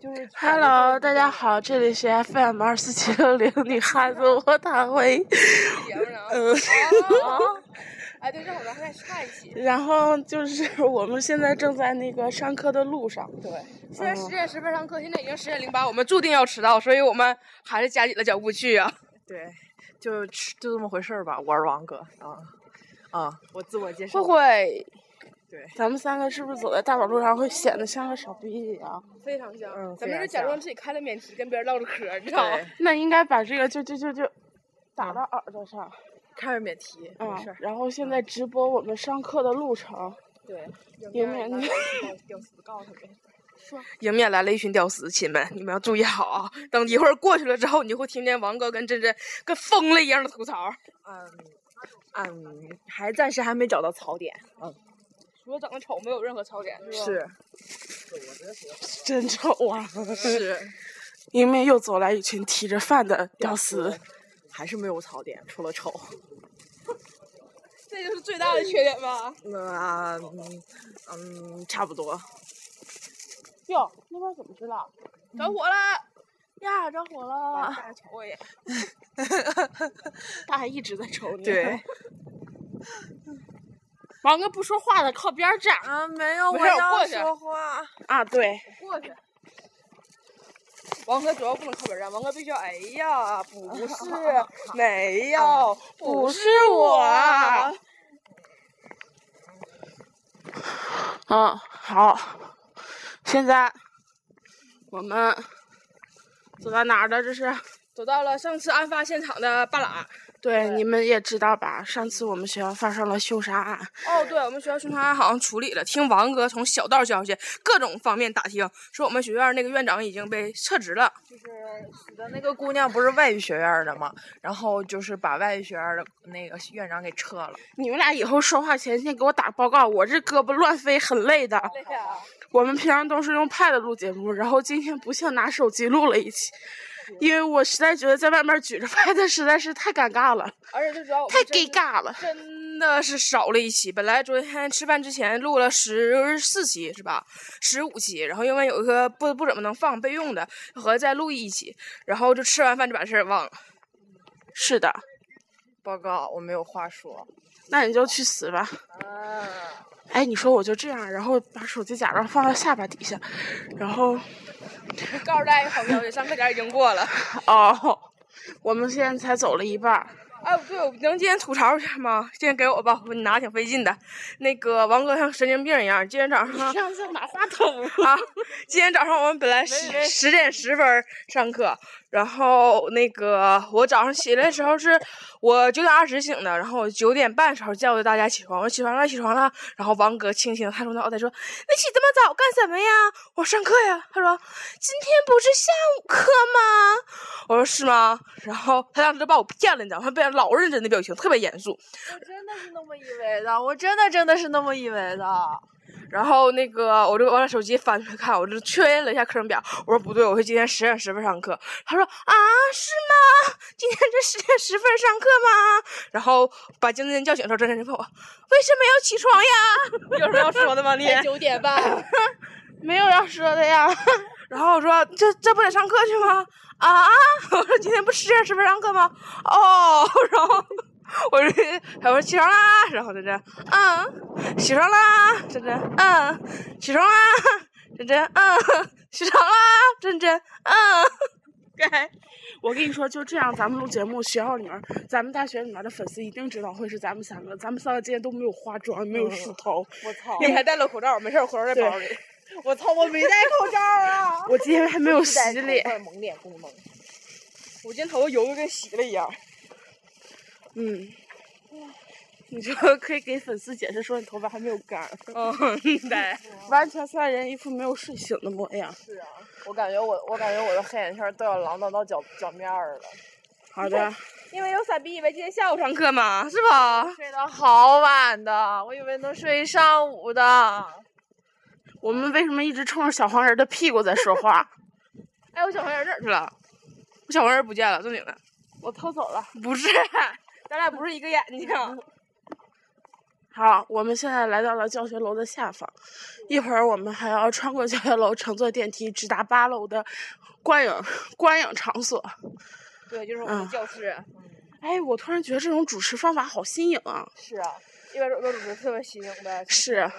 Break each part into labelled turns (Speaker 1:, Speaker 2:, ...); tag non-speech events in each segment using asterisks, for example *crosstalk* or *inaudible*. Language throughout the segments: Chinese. Speaker 1: 就是。
Speaker 2: Hello，大家。好，这里是 FM 二四七六零女汉子卧谈 *laughs* 会。
Speaker 1: 爷们儿呢？
Speaker 2: 嗯
Speaker 1: 哦哎，对，正好咱还在下一期。
Speaker 2: 然后就是我们现在正在那个上课的路上，
Speaker 1: 对，现在
Speaker 3: 哦
Speaker 1: 十点十分上课，现在已经十点零八，我们注定要迟到，所以我们还是加紧了脚步去啊。
Speaker 3: 对，就吃就这么回事儿吧。我是王哥啊啊，我自我介绍
Speaker 1: 慧。慧
Speaker 2: 咱们三个是不是走在大马路上会显得像个傻逼一样？
Speaker 1: *laughs* 非常像，
Speaker 3: 嗯
Speaker 1: 咱
Speaker 3: 非
Speaker 1: 们
Speaker 3: 常
Speaker 1: 是假装
Speaker 3: 像
Speaker 1: 自己开了免提，跟别人唠着嗑儿，你知道吗
Speaker 3: 对？，
Speaker 2: 那应该把这个就就就就打到耳朵上，
Speaker 3: 开着免提，没
Speaker 2: 嗯
Speaker 3: 事儿。，
Speaker 2: 然后现在直播我们上课的路程，
Speaker 1: 对，
Speaker 2: 迎面 *laughs*
Speaker 3: 屌丝告诉他们，
Speaker 1: 迎面来了一群屌丝，亲们，你们要注意好啊！等一会儿过去了之后，你就会听见王哥跟珍珍跟疯了一样的吐槽。
Speaker 3: 嗯嗯，还暂时还没找到槽点，嗯，
Speaker 1: 除了长得丑，没有任何槽点，吧？
Speaker 3: 是
Speaker 2: 真丑啊！
Speaker 3: *laughs* 是，
Speaker 2: 迎面又走来一群提着饭的屌丝，
Speaker 3: 还是没有槽点，除了丑。
Speaker 1: 这就是最大的缺点吧？
Speaker 3: 那嗯嗯，差不多。
Speaker 2: 哟，那边怎么知道？
Speaker 3: 嗯
Speaker 1: 着火了！
Speaker 2: 呀，着火
Speaker 1: 大
Speaker 3: 啊
Speaker 2: 了！
Speaker 1: 家瞅我一眼。
Speaker 2: 大爷一直在瞅你。
Speaker 3: 对，
Speaker 2: *laughs* 王哥不说话的，靠边儿站
Speaker 3: *laughs* 啊，没有，
Speaker 1: 没
Speaker 3: 我
Speaker 1: 事儿过
Speaker 3: 要
Speaker 1: 去
Speaker 3: 说话。
Speaker 2: 啊！对，
Speaker 1: 过去。王哥主要不能靠边站，王哥必须要。哎呀， *laughs* 不是，没有，嗯不是我。
Speaker 2: 嗯，好，现在我们走到哪儿了？这是
Speaker 1: 走到了上次案发现场的半拉。
Speaker 2: 对你们也知道吧？上次我们学校发生了凶杀案，
Speaker 1: 哦，对，我们学校凶杀案好像处理了。听王哥从小道消息，各种方面打听，说我们学院那个院长已经被撤职了。
Speaker 3: 就是死的那个姑娘不是外语学院的吗？然后就是把外语学院的那个院长给撤了。
Speaker 2: 你们俩以后说话前先给我打报告，我这胳膊乱飞很累的。
Speaker 1: 啊
Speaker 2: 我们平常都是用 Pad 录节目，然后今天不幸拿手机录了一期，
Speaker 1: 嗯
Speaker 2: 因为我实在觉得在外面举着 Pad 实在是太尴尬了，
Speaker 1: 而且最主要我们
Speaker 2: 太
Speaker 1: 真
Speaker 2: 尴尬了。
Speaker 1: 真的是少了一期。本来昨天吃饭之前录了十四期是吧？十五期，然后因为有一个不不怎么能放备用的，合计再录一期，然后就吃完饭就把事儿忘了。 *laughs*
Speaker 2: 是的，
Speaker 3: 报告，我没有话说。
Speaker 2: 那你就去死吧。
Speaker 1: 啊
Speaker 2: 哎，你说我就这样，然后把手机假装放到下巴底下，然后
Speaker 1: 告诉大家一个好消息，上课点儿已经过了。
Speaker 2: 哦，我们现在才走了一半儿。
Speaker 1: 哎，对，我能今天吐槽一下吗？今天给我吧，我拿挺费劲的。那个王哥像神经病一样，今天早上
Speaker 2: 上次拿话筒。
Speaker 1: *laughs* 啊，今天早上我们本来十十点十分儿上课，然后那个我早上起来的时候是我九点二十醒的，然后我九点半时候叫的大家起床，我起床了起床了，然后王哥轻轻探出脑袋说：“你起这么早干什么呀？”我说：“上课呀。”他说：“今天不是下午课吗？”我说：“是吗？”然后他当时就把我骗了，你知道吗？他变成老认真的表情，特别严肃。
Speaker 3: 我真的是那么以为的，我真的真的是那么以为的。
Speaker 1: 然后那个，我就我把手机翻出来看，我就确认了一下课程表。我说不对，我说今天十点十分上课。他说啊，是吗？今天这十点十分上课吗？然后把经纪人叫醒的时候，真真就问我为什么要起床呀？有什么要说的
Speaker 2: *laughs*
Speaker 1: 吗你？
Speaker 3: 哎九点半，
Speaker 2: 没有要说的呀，
Speaker 1: *laughs* 然后我说这这不得上课去吗？啊， *laughs* 我说今天不十点十分上课吗？哦， *laughs* 然后我说 *laughs* 他说起床啦，然后真真嗯，起床啦，真真嗯，起床啦，真真嗯， *laughs* 起床啦，真真
Speaker 2: *laughs*
Speaker 1: 嗯，该
Speaker 2: 哎我跟你说，就这样，咱们录节目，学校里面，咱们大学里面的粉丝一定知道会是咱们三个，咱们三个今天都没有化妆，没有
Speaker 1: 嗯
Speaker 2: 梳头，
Speaker 3: 我
Speaker 1: *laughs*
Speaker 3: 操！
Speaker 1: 你还戴了口罩，没事，口罩在包里。
Speaker 3: *laughs* 我操！我没戴口罩啊！
Speaker 2: *laughs* 我今天还没有洗脸，，
Speaker 3: 蒙脸不蒙。
Speaker 1: 我今天头发油的跟洗了一样。
Speaker 2: 嗯。 *laughs* 你就可以给粉丝解释说你头发还没有干，
Speaker 3: 哦
Speaker 1: *laughs* 嗯，对。
Speaker 2: 完全三人一副没有睡醒的模样。
Speaker 3: 是啊，我感觉我我感觉我的黑眼圈都要狼狈到脚脚面儿了。
Speaker 2: 好的，
Speaker 1: 因为有傻逼以为今天下午上课嘛，是吧？
Speaker 3: 睡得好晚的，我以为能睡一上午的。
Speaker 2: 我们为什么一直冲着小黄人的屁股在说话？
Speaker 1: 哎，我小黄人哪儿去了？我小黄人不见了，正经的。
Speaker 2: 我偷走了。
Speaker 1: 不是，咱俩不是一个眼睛。
Speaker 2: 好，我们现在来到了教学楼的下方，一会儿我们还要穿过教学楼，乘坐电梯直达八楼的观影观影场所。
Speaker 4: 对，就是我们的
Speaker 2: 嗯
Speaker 4: 教室。
Speaker 2: 哎，我突然觉得这种主持方法好新颖啊！
Speaker 4: 是啊，因为罗主持特别新颖的。其实
Speaker 2: 是啊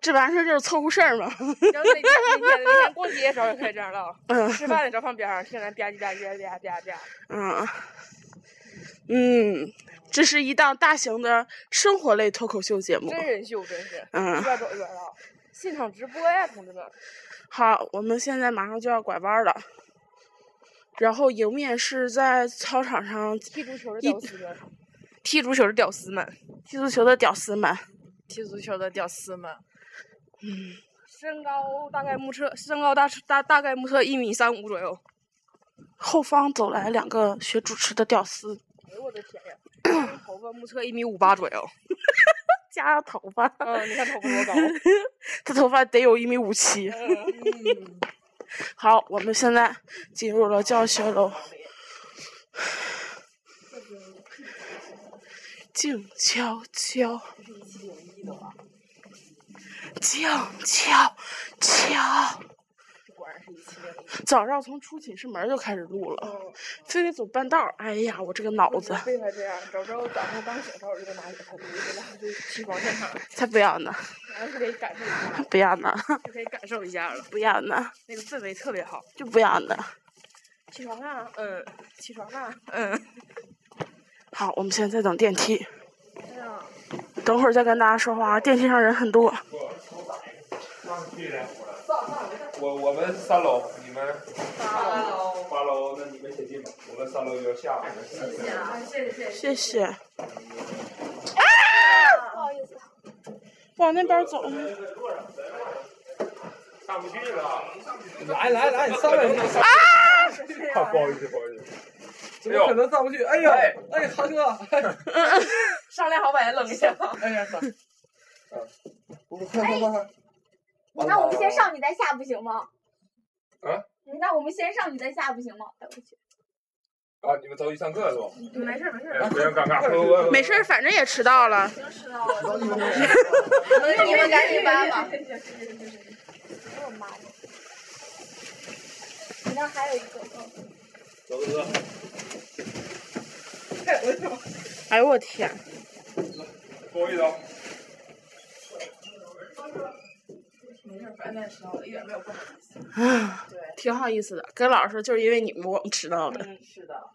Speaker 2: 这玩意儿就是凑合事儿嘛。
Speaker 4: 然后那天那天那天逛街的时候也开始这样唠，
Speaker 2: *laughs* 嗯
Speaker 4: 吃饭的时候放边上，听人吧唧吧唧吧唧吧唧吧唧。
Speaker 2: 嗯嗯，这是一档大型的生活类脱口秀节目。
Speaker 4: 真人秀真是
Speaker 2: 嗯
Speaker 4: 一边走一边唠，现场直播呀，同志们。
Speaker 2: 好，我们现在马上就要拐弯儿了，然后迎面是在操场上
Speaker 4: 踢足球的
Speaker 2: 一
Speaker 4: 屌丝们，
Speaker 1: 踢足球的屌丝们，
Speaker 2: 踢足球的屌丝们。
Speaker 3: 踢足球的屌丝们，
Speaker 1: 身高大概目测，身高大大大概目测一米三五左右。
Speaker 2: 后方走来两个学主持的屌丝，
Speaker 4: 哎呦我的
Speaker 2: *coughs*
Speaker 4: 天呀！嗯
Speaker 1: 头发目测一米五八左
Speaker 2: *laughs*
Speaker 1: 右，
Speaker 2: 夹了头发，
Speaker 4: 嗯，你看头发多高。
Speaker 2: *laughs* 他头发得有一米五七。 *laughs* 好，我们现在进入了教学楼，静悄悄，静悄悄。早上从出寝室门就开始录了，非得走半道儿。哎呀，我这个脑子
Speaker 4: 为啥这样？早知道早上刚醒的时候我就给拿起头盔，然后就起床现场，
Speaker 2: 才不要呢，
Speaker 4: 然后就可以感受一下，
Speaker 2: 不要呢，
Speaker 4: 就可以感受一下了，
Speaker 2: 不要呢，
Speaker 4: 那个氛围特别好。
Speaker 2: 就不要呢。
Speaker 4: 起床啊，嗯，起床啊，
Speaker 2: 好，我们现在在等电梯，
Speaker 4: 哎呀，
Speaker 2: 等会儿再跟大家说话啊。电梯上人很多，
Speaker 5: 我我们三楼，你们八楼，那你们先进吧。我们三楼有下午的四十。
Speaker 6: 啊
Speaker 2: 谢谢。啊！往那边走，
Speaker 5: 上不去了。
Speaker 7: 来来来，上来！
Speaker 5: 啊，不好意思，不好意思。
Speaker 7: 怎么可能上不去？哎呦，哎，哈哥，
Speaker 4: 商量好把人扔 *laughs* 下。
Speaker 7: 哎呀，快快快快！
Speaker 6: 那我们先上你再下不行吗？
Speaker 5: 啊？
Speaker 6: 那我们先上你再下不行吗？哎我去，
Speaker 5: 啊，你们着急上课是吧？
Speaker 4: 没事没事，
Speaker 5: 哎，不用尴尬，我我
Speaker 2: 没事儿，反正也迟到了。
Speaker 6: 那你们赶紧搬吧。哎我妈呀！你那还有一个，嗯
Speaker 5: 走走走。
Speaker 2: 哎呦我天！
Speaker 5: 不好意思啊。
Speaker 2: 挺好意思的，跟老师说就是因为你们我们迟到的。
Speaker 4: 是的。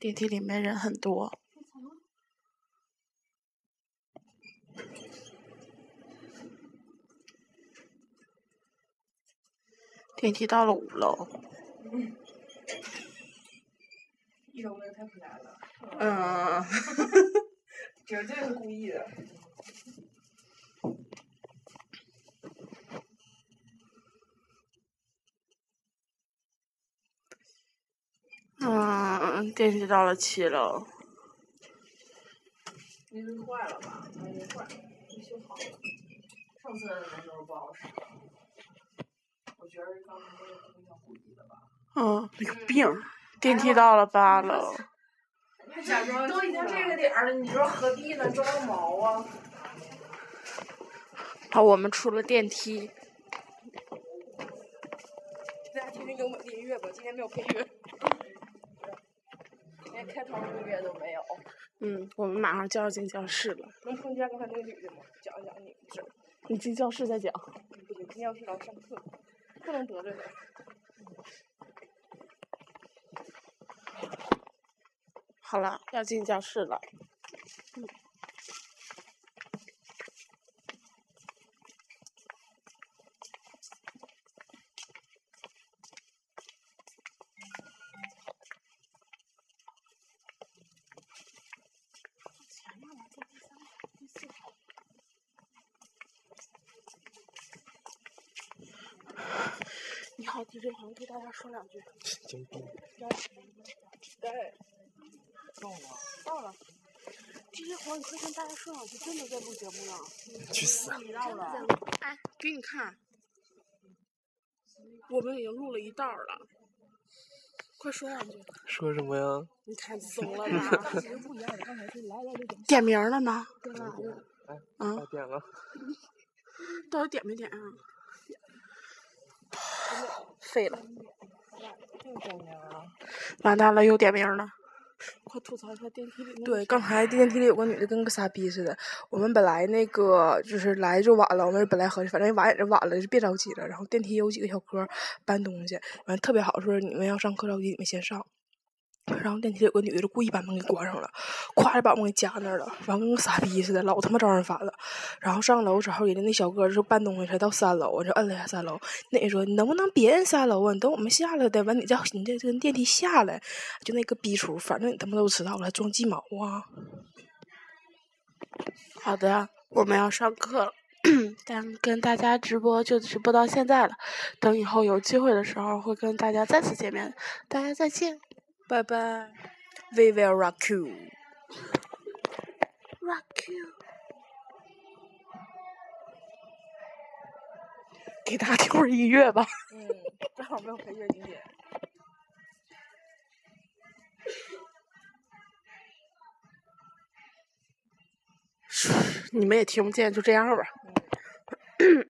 Speaker 2: 电梯里面人很多。电梯到了五楼。
Speaker 4: 一周没有太回来了，
Speaker 2: 嗯，
Speaker 4: 绝对是故意的。
Speaker 2: 嗯，电梯到了七楼。
Speaker 4: 那是坏了吧？那是坏了，你修好了。上次的时候不好使，我觉得刚才那个可能叫故意的吧。
Speaker 2: 嗯，那个病儿。电梯到了八楼。
Speaker 4: 假装都已经这个点儿了，你说何必呢？装个毛啊！
Speaker 2: 好，我们出了电梯。
Speaker 1: 大家听听优美的音乐吧，今天没有配乐。
Speaker 4: 连开头音乐都没有，
Speaker 2: 嗯，我们马上就要进教室了。
Speaker 1: 能碰见刚才那个女的吗？讲一讲你的事儿。
Speaker 2: 你进教室再讲。
Speaker 1: 不行，今天要去老师上课，不能得罪人。
Speaker 2: 好了，要进教室了。你好，DJ，好像对大家说两句。到了。这些黄，你快跟大家
Speaker 3: 啊
Speaker 2: 说两句，真的在录节目呢。
Speaker 8: *laughs*
Speaker 7: 去
Speaker 8: 啊
Speaker 7: 死！
Speaker 2: 给你看，我们已经录了一道儿了。
Speaker 3: 快说两句。
Speaker 8: 说什么呀？
Speaker 3: 你看怂
Speaker 8: *laughs*
Speaker 3: 了吧？点名了吗？嗯
Speaker 8: 快哎点了，
Speaker 3: *laughs* 到底点没点啊？废了，完蛋了，又点名了。快吐槽一下电梯里那个
Speaker 2: 对，刚才电梯里有个女的跟个傻逼似的。我们本来那个就是来就晚了，我们本来合计，反正晚也是晚了，就别着急了。然后电梯有几个小哥搬东西，完特别好，说你们要上课着急，你们先上。然后电梯里有个女的就故意把门给关上了，咵就把我们给夹那儿了，完跟个傻逼似的，老他妈招人烦了。然后上楼之后，人家那小哥就搬东西才到三楼，我就摁了一下三楼，那人说你能不能别摁三楼啊？你等我们下来的，完你再你再跟电梯下来，就那个逼出，反正你他妈都迟到了，还装鸡毛啊！
Speaker 3: 好的，我们要上课了，但跟大家直播就直播到现在了。等以后有机会的时候会跟大家再次见面，大家再见
Speaker 2: 拜拜，We will rock you。
Speaker 3: ，rock you。给大家听会儿音乐吧。
Speaker 9: 嗯正好没有配乐景
Speaker 3: *laughs*
Speaker 9: 点。
Speaker 3: 你们也听不见，就这样吧。